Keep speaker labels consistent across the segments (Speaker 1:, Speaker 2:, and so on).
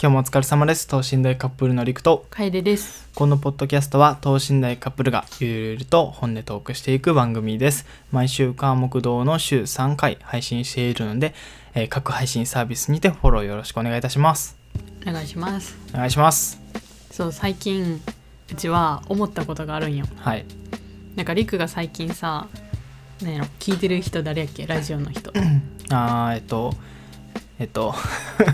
Speaker 1: 今日もお疲れ様です等身大カップルのりくと
Speaker 2: 楓です。
Speaker 1: このポッドキャストは等身大カップルがゆるゆると本音トークしていく番組です毎週火木道の週3回配信しているので、えー各配信サービスにてフォローよろしくお願いいたします
Speaker 2: お願いします。
Speaker 1: お願いします
Speaker 2: そう最近うちは思ったことがあるんよ。
Speaker 1: はい
Speaker 2: なんかりくが最近さ、なんやろ聞いてる人誰やっけラジオの人。
Speaker 1: あーえっとえっと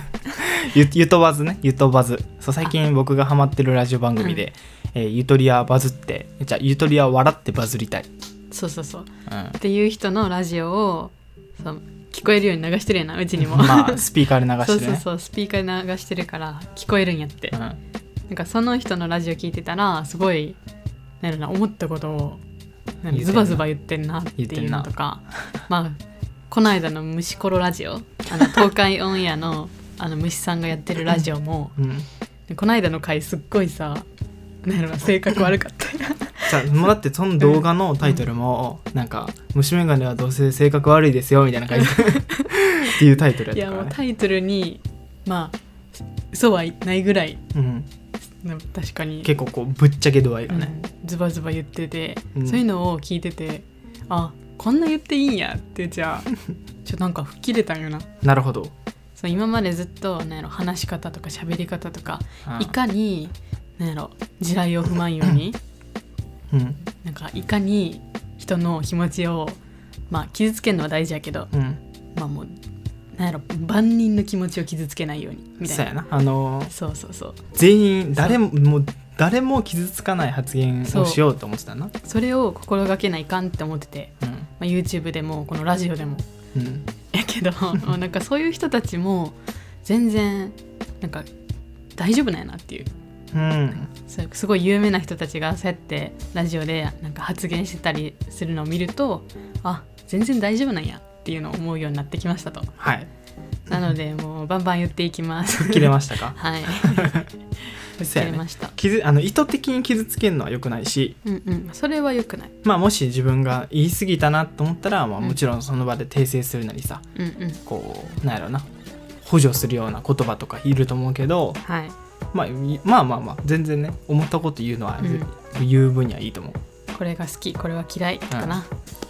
Speaker 1: ゆゆとばずねゆとばずそう最近僕がハマってるラジオ番組で、えーゆとりあバズってじゃあゆとりあ笑ってバズりたい、
Speaker 2: そうそうそう。
Speaker 1: うん
Speaker 2: っていう人のラジオをそう聞こえるように流してるやなうちにも。
Speaker 1: まあスピーカーで流 し
Speaker 2: そう
Speaker 1: て
Speaker 2: そ
Speaker 1: ね
Speaker 2: うそうスピーカーで流してるから聞こえるんやって。
Speaker 1: うん
Speaker 2: なんかその人のラジオ聞いてたらすごいなんやろな思ったことをなん
Speaker 1: 言うてんな
Speaker 2: ズバズバ言ってんなっていうのとかまあこの間の虫コロラジオあの東海オンエアのあの虫さんがやってるラジオも
Speaker 1: うん
Speaker 2: この間の回すっごいさなん やろな性格悪かったよ
Speaker 1: じゃあもうだってその動画のタイトルも、なんか「虫眼鏡はどうせ性格悪いですよ」みたいな感じっていうタイトル
Speaker 2: い
Speaker 1: やった
Speaker 2: やも
Speaker 1: か
Speaker 2: う
Speaker 1: ら、ね
Speaker 2: タイトルにまあ嘘はないぐらい
Speaker 1: うん、
Speaker 2: なんか確かに
Speaker 1: 結構こうぶっちゃけ度合いがね、
Speaker 2: うんズバズバ言ってて、
Speaker 1: うん
Speaker 2: そういうのを聞いててあこんな言っていいんやってじゃ あちょなんか吹っ切れたんよな
Speaker 1: なるほど
Speaker 2: そう今までずっとなんやろ話し方とか喋り方とか
Speaker 1: あ
Speaker 2: いかになんやろ地雷を踏まんよ うに
Speaker 1: うん
Speaker 2: なんかいかに人の気持ちをまあ傷つけるのは大事やけど
Speaker 1: うん
Speaker 2: まあもうなんやろ万人の気持ちを傷つけないようにみ
Speaker 1: そ
Speaker 2: た
Speaker 1: う
Speaker 2: い
Speaker 1: や
Speaker 2: な
Speaker 1: なあのー
Speaker 2: そうそうそう
Speaker 1: 全員誰ももう誰も傷つかない発言をしようと思ってたな
Speaker 2: それを心がけないかんって思ってて、
Speaker 1: うん
Speaker 2: まあ、YouTube でもこのラジオでも
Speaker 1: うん
Speaker 2: やけどもうなんかそういう人たちも全然なんか大丈夫なんやなっていう
Speaker 1: うん
Speaker 2: そうすごい有名な人たちがそうやってラジオでなんか発言してたりするのを見るとあ全然大丈夫なんやっていうのを思うようになってきましたと
Speaker 1: はい
Speaker 2: なのでもうバンバン言ってい きます
Speaker 1: 吹っ切れましたか
Speaker 2: はい
Speaker 1: そう
Speaker 2: 吹っ切
Speaker 1: や
Speaker 2: れ
Speaker 1: ね
Speaker 2: ました
Speaker 1: 傷あの意図的に傷つけるのは良くないし
Speaker 2: うんうんそれはよくない
Speaker 1: まあもし自分が言い過ぎたなと思ったら、まあ、もちろんその場で訂正するなりさ、
Speaker 2: うんうん
Speaker 1: こうなんやろうな補助するような言葉とかいると思うけど、
Speaker 2: はい
Speaker 1: まあ、いまあまあまあ全然ね思ったこと言うのは、
Speaker 2: うん
Speaker 1: 言う分にはいいと思う
Speaker 2: これが好きこれは嫌いかな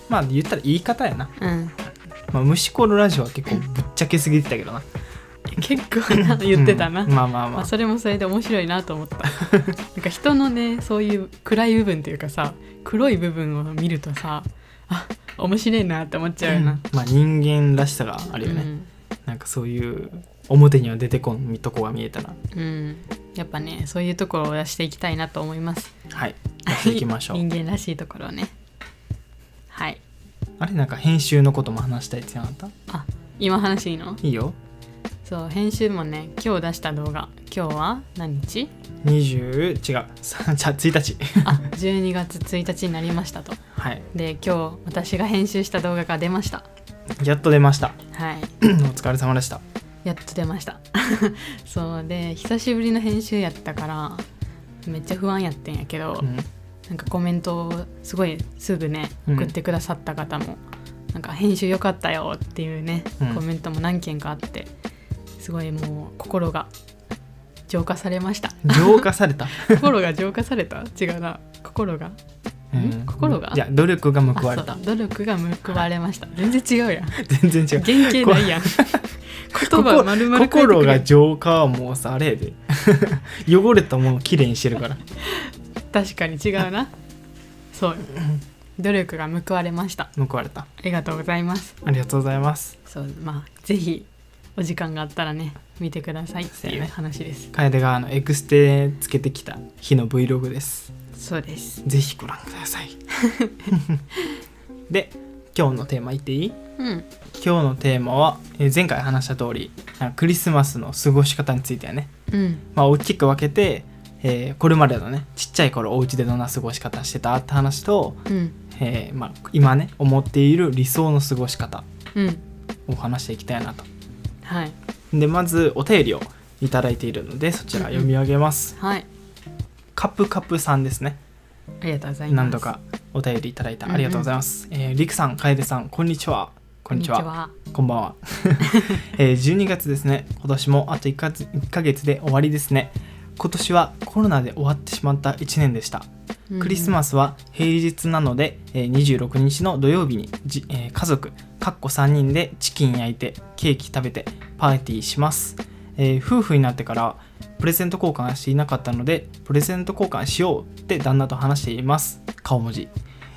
Speaker 1: まあ言ったら言い方やな、
Speaker 2: うん
Speaker 1: まあ、虫コロラジオは結構ぶっちゃけすぎてたけどな
Speaker 2: 結構な言ってたな、
Speaker 1: うんまあまあま
Speaker 2: まあ、
Speaker 1: あ
Speaker 2: それもそれで面白いなと 思ったなんか人のねそういう暗い部分というかさ黒い部分を見るとさあ面白いなって思っちゃうよな、
Speaker 1: まあ人間らしさがあるよね、なんかそういう表には出てこんとこが見えたら
Speaker 2: うん、うんやっぱねそういうところを出していきたいなと思います
Speaker 1: はい出していきましょう
Speaker 2: 人間らしいところをねはい
Speaker 1: あれなんか編集のことも話したいって言ってなかっ
Speaker 2: あ今話いいの
Speaker 1: たいいよ
Speaker 2: そう編集もね今日出した動画今日は何日
Speaker 1: 20違う3じゃあ1日
Speaker 2: あ12月1日になりましたと
Speaker 1: はい
Speaker 2: で今日私が編集した動画が出ました
Speaker 1: やっと出ました
Speaker 2: はい
Speaker 1: お疲れ様でした
Speaker 2: やっと出ました そうで久しぶりの編集やったからめっちゃ不安やってんやけど、
Speaker 1: うん
Speaker 2: なんかコメントをすごいすぐね
Speaker 1: うん
Speaker 2: 送ってくださった方も、なんか編集良かったよっていうね、
Speaker 1: うん
Speaker 2: コメントも何件かあってすごいもう心が浄化されました
Speaker 1: 浄化された、
Speaker 2: 心が浄化された違うな心がん心が
Speaker 1: いや努力が
Speaker 2: あ
Speaker 1: 報
Speaker 2: そ
Speaker 1: わ
Speaker 2: う
Speaker 1: れた
Speaker 2: だ努力が報われました全然違うやん
Speaker 1: 全然違う
Speaker 2: 原型ないやん言葉まるまる
Speaker 1: 心心が浄化はもうさあれやで 汚れたものをきれいにしてるから
Speaker 2: 確かに違うなそうよ努力が報われました
Speaker 1: 報われた
Speaker 2: ありがとうございます
Speaker 1: ありがとうございます
Speaker 2: そうまあぜひお時間があったらね見てくださいっていう話です
Speaker 1: 楓があのエクステつけてきた日の Vlog です
Speaker 2: そうです
Speaker 1: ぜひご覧ください で今日のテーマ言っていい
Speaker 2: うん
Speaker 1: 今日のテーマはえー前回話した通りなんかクリスマスの過ごし方についてやね
Speaker 2: うん
Speaker 1: まあ、大きく分けて、えーこれまでのねちっちゃい頃お家でどんな過ごし方してたって話と、
Speaker 2: うん
Speaker 1: えーまあ、今ね思っている理想の過ごし方
Speaker 2: うん
Speaker 1: を話していきたいなと
Speaker 2: はい
Speaker 1: でまずお便りをいただいているのでそちら読み上げます、
Speaker 2: はい
Speaker 1: カップカップさんですね
Speaker 2: ありがとうございます
Speaker 1: 何度かお便りいただいたありがとうございます、えーりくさんかえでさんこんにちはこんにちは。こんばんは、 えー12月ですね今年もあと1か月 ,1 ヶ月で終わりですね今年はコロナで終わってしまった1年でした、クリスマ
Speaker 2: ス
Speaker 1: スは平日なので、えー26日の土曜日にじ、えー家族かっこ3人でチキン焼いてケーキ食べてパーティーします、えー夫婦になってからプレゼント交換していなかったのでプレゼント交換しようって旦那と話しています顔文字、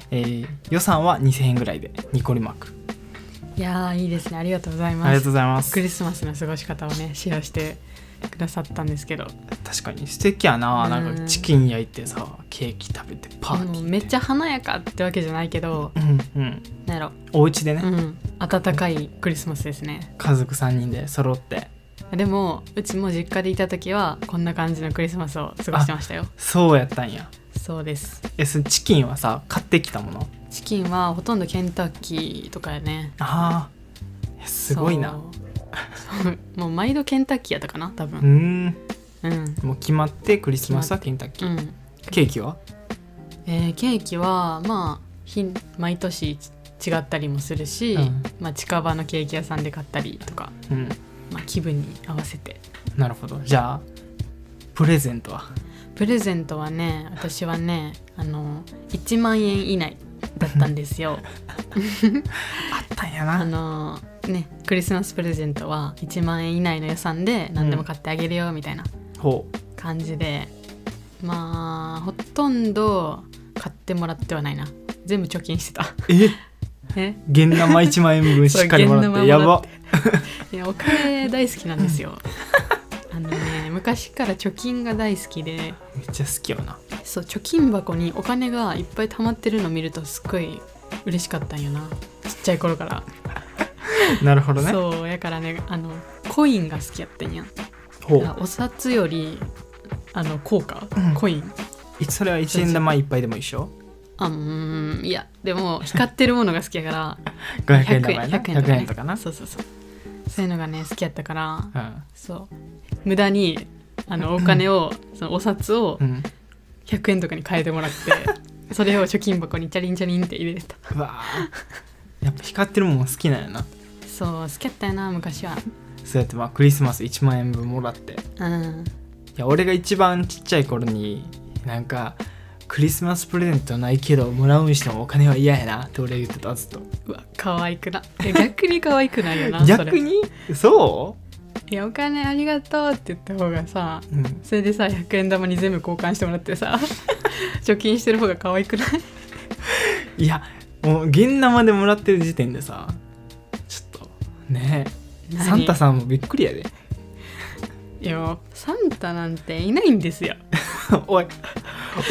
Speaker 1: えー予算は2000円ぐらいでニコリマーク
Speaker 2: いやーいいですねありがとうござい
Speaker 1: ありが
Speaker 2: ま
Speaker 1: とう
Speaker 2: す
Speaker 1: ございます
Speaker 2: クリスマスの過ごし方をねシェアしてくださったんですけど
Speaker 1: 確かに素敵やな、
Speaker 2: うん
Speaker 1: なんかチキン焼いてさケーキ食べてパーティー
Speaker 2: もうめっち
Speaker 1: ゃ
Speaker 2: ゃ華やかってわけじゃないけど
Speaker 1: うんうん
Speaker 2: なんやろ
Speaker 1: お家でね、
Speaker 2: うん、温かいクリスマスですね
Speaker 1: 家族3人で揃って
Speaker 2: でもうちも実家でいた時はこんな感じのクリスマスを過ごしてましたよ
Speaker 1: そうやったんや
Speaker 2: そうです
Speaker 1: えそのチキンはさ買ってきたもの
Speaker 2: チキンはほとんどケンタッキーとかやね
Speaker 1: ああすごいな
Speaker 2: そうもう毎度ケンタッキーやったかな多
Speaker 1: うー
Speaker 2: 分
Speaker 1: ん
Speaker 2: うん、
Speaker 1: もう決まってクリスマスはケンタッキ
Speaker 2: う
Speaker 1: ー、
Speaker 2: ん
Speaker 1: ケーキは
Speaker 2: えーケーキはまあ日毎年違ったりもするし、
Speaker 1: うん
Speaker 2: まあ、近場のケーキ屋さんで買ったりとか、
Speaker 1: うん
Speaker 2: まあ、気分に合わせて
Speaker 1: なるほどじゃあプレゼントは
Speaker 2: プレゼントはね私はねあの1万円以内だったんですよ
Speaker 1: あったんやな
Speaker 2: あのねクリスマスプレゼントは1万円以内の予算で何でも買ってあげるよみたいな
Speaker 1: ほ
Speaker 2: 感じで、まあほとんど買ってもらってはないな全部貯金してた
Speaker 1: うえ
Speaker 2: え
Speaker 1: 現生1万円分しっかりもらっ
Speaker 2: そう
Speaker 1: て
Speaker 2: 現
Speaker 1: や
Speaker 2: 生も
Speaker 1: ば
Speaker 2: らっいやお金大好きなんですよ あのね昔から貯金が大好きで
Speaker 1: めっちゃ好きよな
Speaker 2: そう貯金箱にお金がいっぱい溜まってるの見るとすっごい嬉しかったんよなちっちゃい頃から、
Speaker 1: なるほどね
Speaker 2: そうやからねあのコインが好きやったんや
Speaker 1: ほう
Speaker 2: あお札よりあの硬貨、
Speaker 1: うん
Speaker 2: コイン
Speaker 1: えそれは1円玉いっぱいでも一緒
Speaker 2: あうーんいやでも光ってるものが好きや から
Speaker 1: 500円玉やな
Speaker 2: 100円
Speaker 1: 100円
Speaker 2: と
Speaker 1: と
Speaker 2: か
Speaker 1: か
Speaker 2: ね
Speaker 1: な
Speaker 2: そうそうそうそういうのがね好きやったから
Speaker 1: うん
Speaker 2: そう無駄にあのお金をそのお札を
Speaker 1: うん
Speaker 2: 100円とかに変えてもら ってそれを貯金箱にチャリンチャリンって入れてた
Speaker 1: うわーやっぱ光ってるもん好きなんやな
Speaker 2: そう好きやったよな昔は
Speaker 1: そうやってまあクリスマス1万円分もらってい
Speaker 2: うん
Speaker 1: や俺が一番ちっちゃい頃になんかクリスマスプレゼントないけどもらうにしてもお金は嫌やなって俺言ってたずっと
Speaker 2: うわ可愛くなえ逆に可愛くないよなそ
Speaker 1: 逆
Speaker 2: れ
Speaker 1: にそ
Speaker 2: いやお金ありがとうって言った方がさ
Speaker 1: う、うん、
Speaker 2: それでさ100円玉に全部交換してもらってさ 貯金してる方が可愛くない
Speaker 1: いやもう現生でもらってる時点でさちょっとねえサンタさんもびっくりやで
Speaker 2: んいやサンタなんていないんですよ
Speaker 1: おい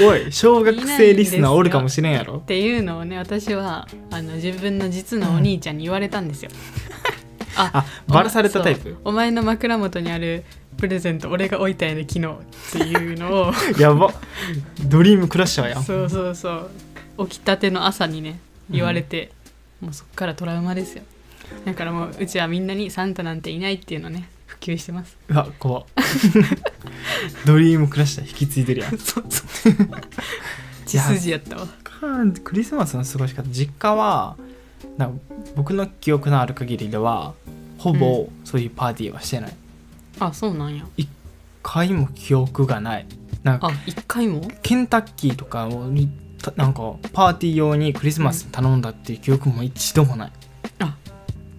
Speaker 1: おい小学生リスナーおるかもしれんやろ
Speaker 2: っていうのをね私はあの自分の実のお兄ちゃんに言われたんですよ。あ
Speaker 1: あバラされたタイ
Speaker 2: そう
Speaker 1: プ
Speaker 2: お前の枕元にあるプレゼント俺が置いたやで昨日っていうの を
Speaker 1: やばドリームクラッシャーやん
Speaker 2: そうそうそう起きたての朝にね言われて、もうそっからトラウマですよだからもううちはみんなにサンタなんていないっていうのをね普及して ます
Speaker 1: うわ怖っドリームクラッシャー引き継いでるやん
Speaker 2: 血筋やったわ
Speaker 1: かクリスマスの過ごし方実家はなんか僕の記憶のある限りではほぼそういうパーティーはしてない、
Speaker 2: あそうなんや
Speaker 1: 回も記憶がないなんか
Speaker 2: あ一回も
Speaker 1: ケンタッキーとかをたなんかパーティー用にクリスマスに頼んだっていう記憶も一度もない、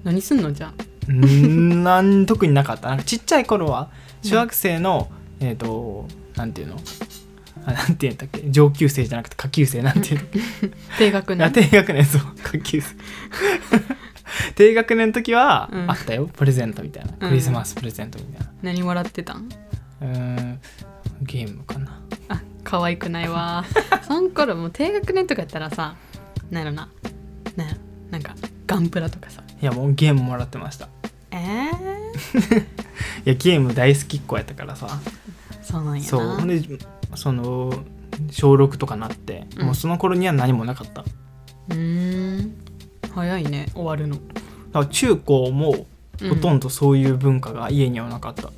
Speaker 2: 何すんのじゃ
Speaker 1: うーんなん特になかったなんかちっちゃい頃は中学生の、えっ、となんていうのあなんて言うんだっけ上級生じゃなくて下級生なんていうの
Speaker 2: あ低学
Speaker 1: あ
Speaker 2: 年
Speaker 1: 低学年そう下級生 低学年の時は、
Speaker 2: うん
Speaker 1: あったよプレゼントみたいなクリスマスプレゼントみたいな
Speaker 2: 何もらってたん
Speaker 1: うーんゲームかな
Speaker 2: あ可愛くない わそん頃もう低学年とかやったらさなんやろななんやろなんかガンプラとかさ
Speaker 1: いやもうゲームもらってましたい
Speaker 2: えー、
Speaker 1: やゲーム大好きっ子やったからさ
Speaker 2: そうなんやな
Speaker 1: そうほんでその小6とかなって、
Speaker 2: うん
Speaker 1: もうその頃には何もなかっただか
Speaker 2: うーん早いね終わるの
Speaker 1: ら中高もほとんどそういう文化が家にはなかった、
Speaker 2: ど、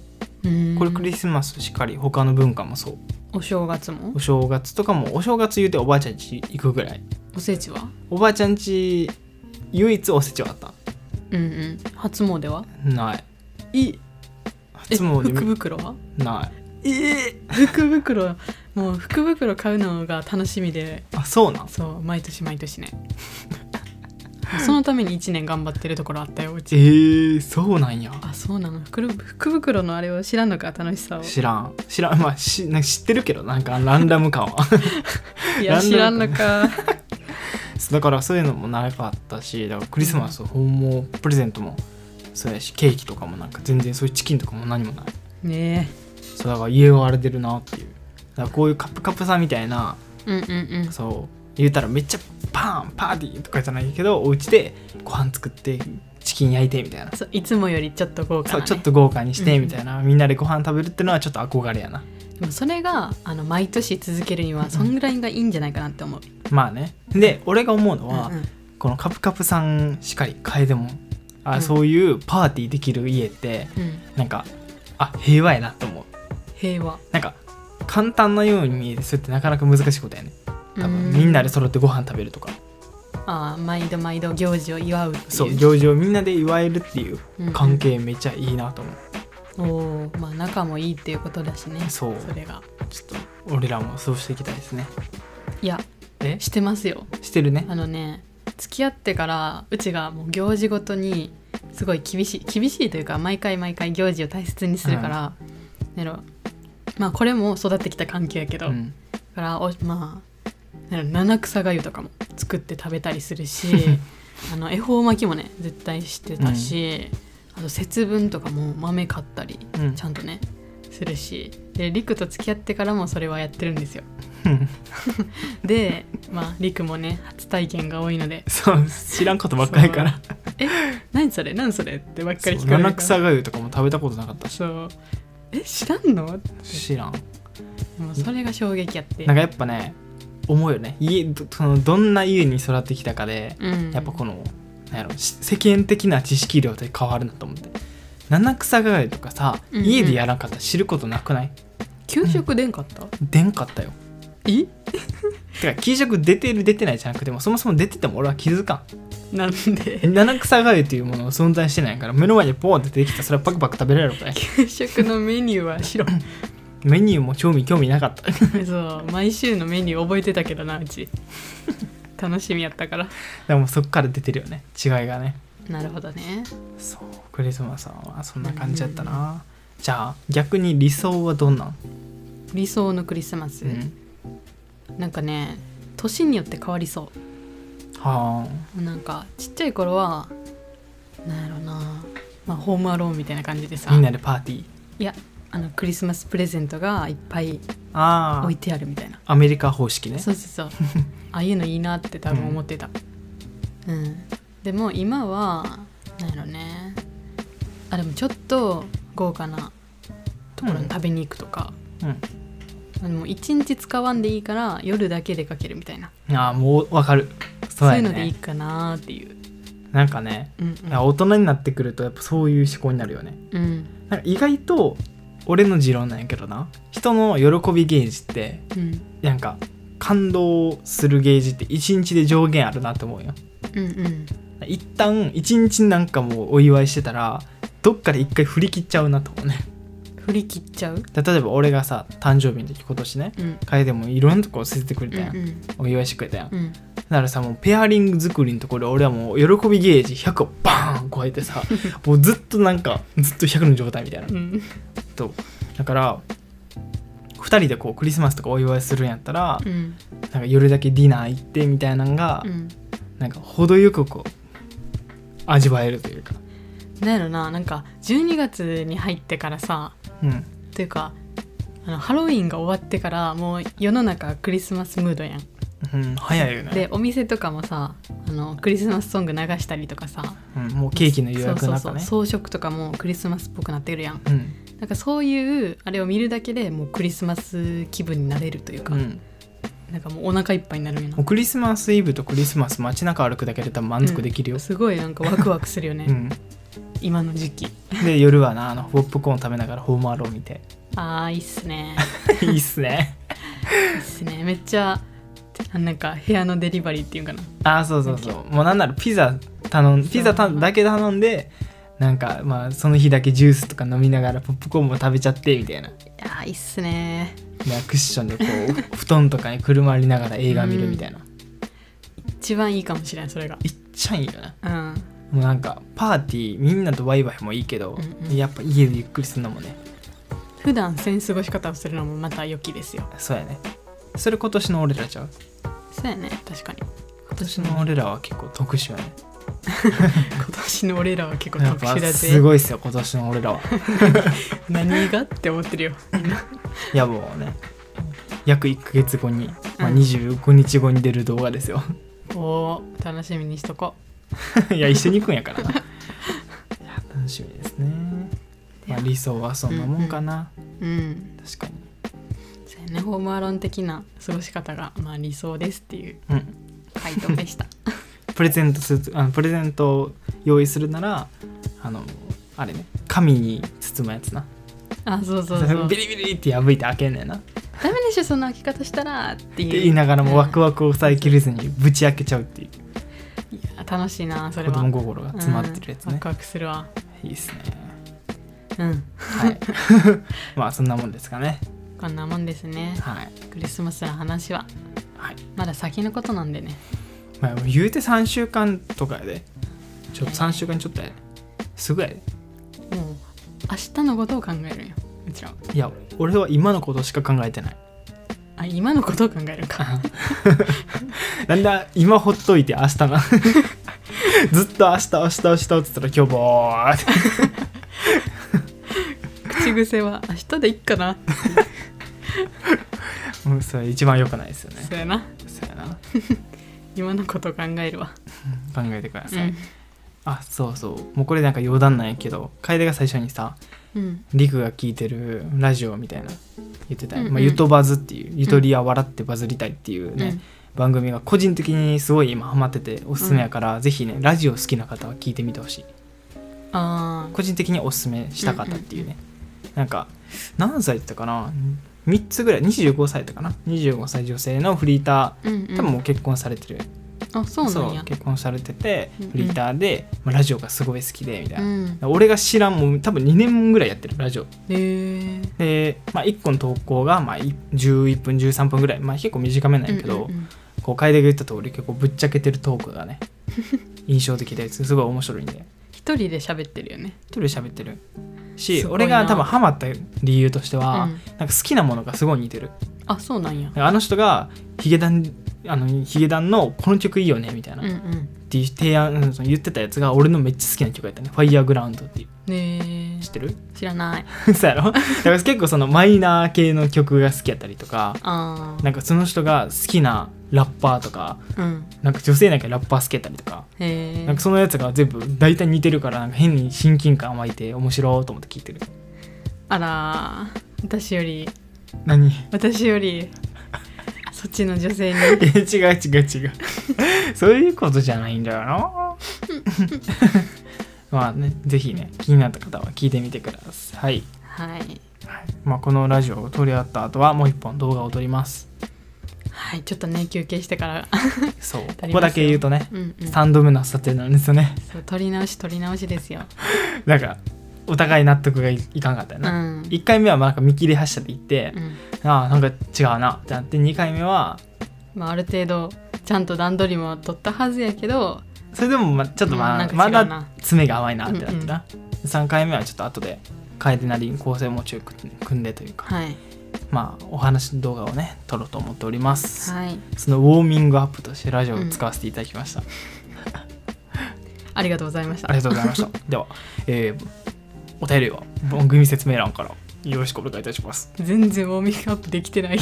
Speaker 2: うん
Speaker 1: これクリスマスしかり他の文化もそう
Speaker 2: お正月も
Speaker 1: お正月とかもお正月言うておばあちゃん家行くぐらい
Speaker 2: おせちは
Speaker 1: おばあちゃんち唯一おせちはあった
Speaker 2: うんうん初詣は
Speaker 1: ない
Speaker 2: いえ
Speaker 1: 初
Speaker 2: 福
Speaker 1: 詣
Speaker 2: 袋は
Speaker 1: みない
Speaker 2: ええ福袋もう福袋買うのが楽しみで
Speaker 1: あそうなん
Speaker 2: そう毎年毎 年ねそのために1年頑張ってるところあったよう
Speaker 1: え
Speaker 2: ち
Speaker 1: ー、そうなんや
Speaker 2: あそうなの福福袋のあれを知らんのか楽しさを
Speaker 1: 知らん知らんまあしなんか知ってるけどなんかランダム感は
Speaker 2: いや
Speaker 1: なん
Speaker 2: 知
Speaker 1: だ
Speaker 2: ら
Speaker 1: ろ
Speaker 2: ん
Speaker 1: うね
Speaker 2: のか
Speaker 1: だからそういうのもなかったしだからクリスマス訪問プレゼントもそうやしケーキとかもなんか全然そういうチキンとかも何もない
Speaker 2: ね
Speaker 1: そうだから家を荒れてるなっていうだからこういうカップカップさみたいな
Speaker 2: えうんうんうん
Speaker 1: そう言うたらめっちゃパーンパーティーとかじゃないけどお家でご飯作ってチキン焼いてみたいな
Speaker 2: そういつもよりちょっと豪華
Speaker 1: そ
Speaker 2: な、
Speaker 1: う
Speaker 2: ね、
Speaker 1: ちょっと豪華にし
Speaker 2: うん
Speaker 1: て
Speaker 2: うん
Speaker 1: みたいな、みんなでご飯食べるってのはちょっと憧れやな
Speaker 2: でもそれがあの毎年続けるにはそんぐらいがいいんじゃないかなって思う、
Speaker 1: まあねで俺が思うのは、
Speaker 2: うんうん
Speaker 1: このカプカプさんしかり楓もあ、
Speaker 2: うん
Speaker 1: そういうパーティーできる家って
Speaker 2: うん
Speaker 1: なんかあ平和やなと思う
Speaker 2: 平和
Speaker 1: なんか簡単なように見えてそれってなかなか難しいことやね多
Speaker 2: う
Speaker 1: 分みんなで揃ってご飯食べるとか
Speaker 2: ああ毎度毎度行事を祝うっていう
Speaker 1: そう行事をみんなで祝えるっていう
Speaker 2: うんうん
Speaker 1: 関係めっちゃいいなと思う、
Speaker 2: おーまあ仲もいいっていうことだしねそ
Speaker 1: そう
Speaker 2: れが
Speaker 1: ちょっと俺らもそうしていきたいですね
Speaker 2: いや
Speaker 1: え
Speaker 2: してますよ
Speaker 1: してるね
Speaker 2: あのね付き合ってからうちがもう行事ごとにすごい厳しい厳しいというか毎回毎回行事を大切にするから、なんやろまあこれも育ってきた関係やけど、
Speaker 1: うん
Speaker 2: だからおまあなんやろ七草がゆとかも作って食べたりするし あの恵方巻きもね絶対してたし、あと節分とかも豆買ったり
Speaker 1: うん
Speaker 2: ちゃんとねするしでりくと付き合ってからもそれはやってるんですよでまありくもね初体験が多いので
Speaker 1: そう知らんことばっかりやから
Speaker 2: 「え何それ何それ」ってばっかり聞
Speaker 1: そう
Speaker 2: かれ
Speaker 1: 七
Speaker 2: るから
Speaker 1: 草がゆとかも食べたことなかったし
Speaker 2: そう「え知らんの?」も
Speaker 1: 知らん
Speaker 2: うそれが衝撃やって
Speaker 1: なんかやっぱね思うよね家どそのどんな家に育ってきたかで、
Speaker 2: うん、
Speaker 1: やっぱこのなんやろし世間的な知識量って変わるなと思って七草がゆとかさ
Speaker 2: うんうん
Speaker 1: 家でやらんかったら知ることなくない、
Speaker 2: 給食出んかった、
Speaker 1: 出んかったよ
Speaker 2: え
Speaker 1: てか給食出てる出てないじゃなくてもそもそも出てても俺は気づかん
Speaker 2: なん
Speaker 1: え
Speaker 2: で
Speaker 1: 七草がゆっていうものは存在してないから目の前にポーンって出てきたらそれはパクパク食べれる ことね
Speaker 2: 給食のメニューは白
Speaker 1: メニューも興味興味なかった
Speaker 2: そう毎週のメニュー覚えてたけどなうち楽しみやったから
Speaker 1: でもそっから出てるよね違いがね
Speaker 2: なるほどね
Speaker 1: そうクリスマスはそんな感じだったな、じゃあ逆に理想はどんなん、
Speaker 2: 理想のクリスマス、なんかね年によって変わりそう
Speaker 1: は
Speaker 2: なんかちっちゃい頃はなんやろな、まあ、ホームアローンみたいな感じで
Speaker 1: あ
Speaker 2: さ
Speaker 1: みんなでパーティー
Speaker 2: いやあのクリスマスプレゼントがいっぱい
Speaker 1: あ
Speaker 2: 置い
Speaker 1: あ
Speaker 2: てあるみたいな
Speaker 1: アメリカ方式ね
Speaker 2: そうそ うそうああいうのいいなって多分思ってたうん、でも今はなんやろねあでもちょっと豪華なところに食べに行くとか、
Speaker 1: う
Speaker 2: でも一日使わんでいいから夜だけ出かけるみたいな
Speaker 1: うん、ああもうわかるそ
Speaker 2: そううい
Speaker 1: や
Speaker 2: う
Speaker 1: ね
Speaker 2: のでいいかなっていう、
Speaker 1: なんかね
Speaker 2: うん
Speaker 1: いや大人になってくるとやっぱそういう思考になるよね
Speaker 2: うんうん
Speaker 1: なんか意外と俺の持論なんやけどな人の喜びゲージって
Speaker 2: うん
Speaker 1: なんか感動するゲージって1日で上限あるなって思うよ
Speaker 2: うんうん
Speaker 1: 一旦一日なんかもうお祝いしてたらどっかで一回振り切っちゃうなと思うね
Speaker 2: 振り切っちゃう
Speaker 1: 例えば俺がさ誕生日の時今年ね
Speaker 2: うん
Speaker 1: 楓もいろんなとこ教えてくれ
Speaker 2: う
Speaker 1: た
Speaker 2: ん
Speaker 1: やん、
Speaker 2: うん
Speaker 1: お祝いしてくれたやん、だ
Speaker 2: うん
Speaker 1: からさもうペアリング作りのところで俺はもう喜びゲージ100をバーン超えてさ もうずっとなんかずっと100の状態みたいな
Speaker 2: うん
Speaker 1: とだから2人でこうクリスマスとかお祝いするんやったら、
Speaker 2: うん
Speaker 1: なんか夜だけディナー行ってみたいなのが、
Speaker 2: うん
Speaker 1: なんか程よくこう味わえるというか
Speaker 2: なんやろななんか12月に入ってからさ
Speaker 1: うん
Speaker 2: というかあのハロウィンが終わってからもう世の中クリスマスムードやん、
Speaker 1: うん、早いよね
Speaker 2: でお店とかもさあのクリスマスソング流したりとかさ
Speaker 1: うん、もうケーキの予約の中
Speaker 2: そうそう
Speaker 1: ね
Speaker 2: そう装飾とかもクリスマスっぽくなってるやん
Speaker 1: うん
Speaker 2: なんかそういうあれを見るだけでもうクリスマス気分になれるというか、
Speaker 1: うん、も
Speaker 2: なんかもうお腹いっぱいになるんや
Speaker 1: うクリスマスイブとクリスマス街中歩くだけで多分満足できるよ
Speaker 2: な、すごいなんかワクワクするよね、
Speaker 1: うん
Speaker 2: 今の時期
Speaker 1: で夜はなあのポップコーン食べながらホームアローン見て
Speaker 2: あーいいっすね
Speaker 1: いいっす ね
Speaker 2: いいっすねめっちゃあなんか部屋のデリバリーっていうかな
Speaker 1: あーそうそうそうもうなんならピザ頼んピザただけ頼んでなんかまあその日だけジュースとか飲みながらポップコーンも食べちゃってみたいな、
Speaker 2: やーいいっすね
Speaker 1: まあクッションでこう布団とかにくるまりながら映画見るみたいな、
Speaker 2: 一番いいかもしれないそれが
Speaker 1: いっちゃいいよな
Speaker 2: うん
Speaker 1: もうなんかパーティーみんなとワイワイもいいけど、
Speaker 2: うんうん
Speaker 1: やっぱ家でゆっくりするのもね
Speaker 2: 普段せん過ごし方をするのもまた良きですよ
Speaker 1: そうやねそれ今年の俺らちゃう
Speaker 2: そうやね確かに
Speaker 1: 今年の俺らは結構特殊やね
Speaker 2: 今年の俺らは結構
Speaker 1: やっ
Speaker 2: 特
Speaker 1: ぱ
Speaker 2: 殊だ
Speaker 1: す
Speaker 2: ぜ
Speaker 1: ごいっすよ今年の俺 らは
Speaker 2: 何がって思ってるよ
Speaker 1: いやもうね約1ヶ月後に、まあ、
Speaker 2: うん
Speaker 1: 25日後に出る動画 ですよ
Speaker 2: おー楽しみにしとこ
Speaker 1: いや一緒に行くんや からないや楽しみですね、まあ、理想はそんなもんかな、
Speaker 2: ううん
Speaker 1: 確かに
Speaker 2: そうやねホームアローン的な過ごし方がまあ理想ですっていう
Speaker 1: うん
Speaker 2: 回答でした
Speaker 1: プレゼントするあのプレゼントを用意するならあのあれね紙に包むやつな
Speaker 2: あそうそうそ う
Speaker 1: ビリビリって破いて開けんねんなって
Speaker 2: ダメでしょその開け方したらっていう
Speaker 1: 言いながらもワクワクを抑えきれずにぶち開けちゃうっていう
Speaker 2: いや楽しいなそれ
Speaker 1: 子
Speaker 2: は
Speaker 1: 供心が詰まってるやつ
Speaker 2: うん、
Speaker 1: ね
Speaker 2: ワ、クワクするわ
Speaker 1: いいっすね
Speaker 2: うん
Speaker 1: はい まあそんなもんですかね
Speaker 2: こんなもんですね
Speaker 1: はい
Speaker 2: クリスマスの話は
Speaker 1: はい、
Speaker 2: まだ先のことなんでね
Speaker 1: まあ、言うて3週間とかやでちょっと3週間ちょっとやですぐやで
Speaker 2: もう明日のことを考えるんようちらはい
Speaker 1: や俺は今のことしか考えてない
Speaker 2: あ今のことを考えるか
Speaker 1: なんだ今ほっといて明日 なずっと明日明日明日って言ったら今日ぼーって
Speaker 2: 口癖は明日でいっかな
Speaker 1: うんそれ一番良くないですよね
Speaker 2: そうやな
Speaker 1: そうやな
Speaker 2: 今のことを考えるわ、
Speaker 1: 考えてくだ
Speaker 2: う
Speaker 1: さい、
Speaker 2: ん
Speaker 1: あそうそうもうこれなんか余談なんやけど楓が最初にさ
Speaker 2: うん、
Speaker 1: リクが聞いてるラジオみたいな言ってた、
Speaker 2: うんうん
Speaker 1: まあ、ゆとバズっていうゆとりは笑ってバズりたいっていうね、番組が個人的にすごい今ハマってておすすめやから、ぜひねラジオ好きな方は聞いてみてほしい
Speaker 2: うん、あ
Speaker 1: 個人的におすすめしたかったっていうね、なんか何歳だったかな3つぐらい25歳だったかな25歳女性のフリータ
Speaker 2: あ、うんう
Speaker 1: ー
Speaker 2: ん、
Speaker 1: 多分もう結婚されてる、
Speaker 2: あそうなんや
Speaker 1: 結婚されてて
Speaker 2: うんうん
Speaker 1: フリーターで、まあ、ラジオがすごい好きでみたいな、
Speaker 2: ん
Speaker 1: 俺が知らんもう多分2年ぐらいやってるラジオ
Speaker 2: へえ
Speaker 1: で、まあ、1個の投稿がまあい11分13分ぐらい、まあ、結構短めなんやけど、
Speaker 2: うんうんうん
Speaker 1: こう楓が言った通り結構ぶっちゃけてるトーク がね印象的ですすごい面白いんで
Speaker 2: 一人で喋ってるよね、
Speaker 1: 一人で喋ってるし
Speaker 2: すごい
Speaker 1: 俺
Speaker 2: な
Speaker 1: が多分ハマった理由としては、
Speaker 2: うん
Speaker 1: なんか好きなものがすごい似てる
Speaker 2: あそうなんや
Speaker 1: あの人がヒゲダンあのヒゲダンのこの曲いいよねみたいな、
Speaker 2: うんう
Speaker 1: っ
Speaker 2: ん
Speaker 1: ていう提案、うんその言ってたやつが俺のめっちゃ好きな曲やったね「ファイヤーグラウンドっていう
Speaker 2: ね
Speaker 1: 知ってる
Speaker 2: え知らない
Speaker 1: そうやろだから結構そのマイナー系の曲が好きやったりとか
Speaker 2: あ
Speaker 1: なんかその人が好きなラッパーとか
Speaker 2: あうん
Speaker 1: なんか女性なんかラッパー好きやったりとか
Speaker 2: へえ
Speaker 1: なんかそのやつが全部大体似てるからなんか変に親近感湧いて面白いと思って聞いてる
Speaker 2: あらー私より
Speaker 1: 何
Speaker 2: 私よりそっちの女性 に
Speaker 1: え違う違う違う そういうことじゃないんだよ なまあねぜひね気になった方は聞いてみてください、
Speaker 2: はい
Speaker 1: はいまあ、このラジオを撮り合った後はもう一本動画を撮ります
Speaker 2: はいちょっとね休憩してから
Speaker 1: そうこ
Speaker 2: 撮りますよ
Speaker 1: こだけ言うとね
Speaker 2: うん、うん、
Speaker 1: 3度目の撮影なんですよね
Speaker 2: そう撮り直し撮り直しですよ
Speaker 1: なんかお互い納得がいいかんかったよ
Speaker 2: う
Speaker 1: な、
Speaker 2: ん
Speaker 1: 1回目はまあなんか見切り発車で行って
Speaker 2: う、ん
Speaker 1: ああなんか違うなってなって2回目は
Speaker 2: まあある程度ちゃんと段取りも取ったはずやけど
Speaker 1: それでもまちょっとまあ、
Speaker 2: うんな
Speaker 1: ま
Speaker 2: んか違うな
Speaker 1: だ爪が甘いなってなってな、3回目はちょっと後で楓なりに構成も中組んでというか、
Speaker 2: はい
Speaker 1: まあお話の動画をね撮ろうと思っております、
Speaker 2: はい
Speaker 1: そのウォーミングアップとしてラジオを使わせていただきました、
Speaker 2: ありがとうございました
Speaker 1: ありがとうございました では、えーお便りは番組説明欄からよろしくお願いいたします、
Speaker 2: 全然ウォーミングアップできて ないや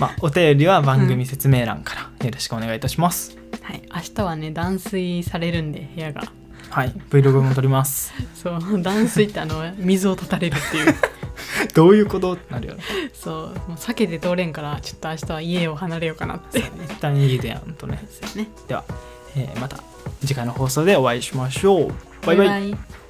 Speaker 1: まあ、お便りは番組説明欄からよろしくお願いいたします、
Speaker 2: はい明日はね断水されるんで部屋が
Speaker 1: はい Vlog も撮ります
Speaker 2: そう断水ってあの水を断たれるって いう
Speaker 1: どういうことってなるよね
Speaker 2: そうもう避けて通れんからちょっと明日は家を離れようかなって
Speaker 1: 一旦家でやんとね
Speaker 2: ですよね
Speaker 1: では、えーまた次回の放送でお会いしましょうバイバイ
Speaker 2: イ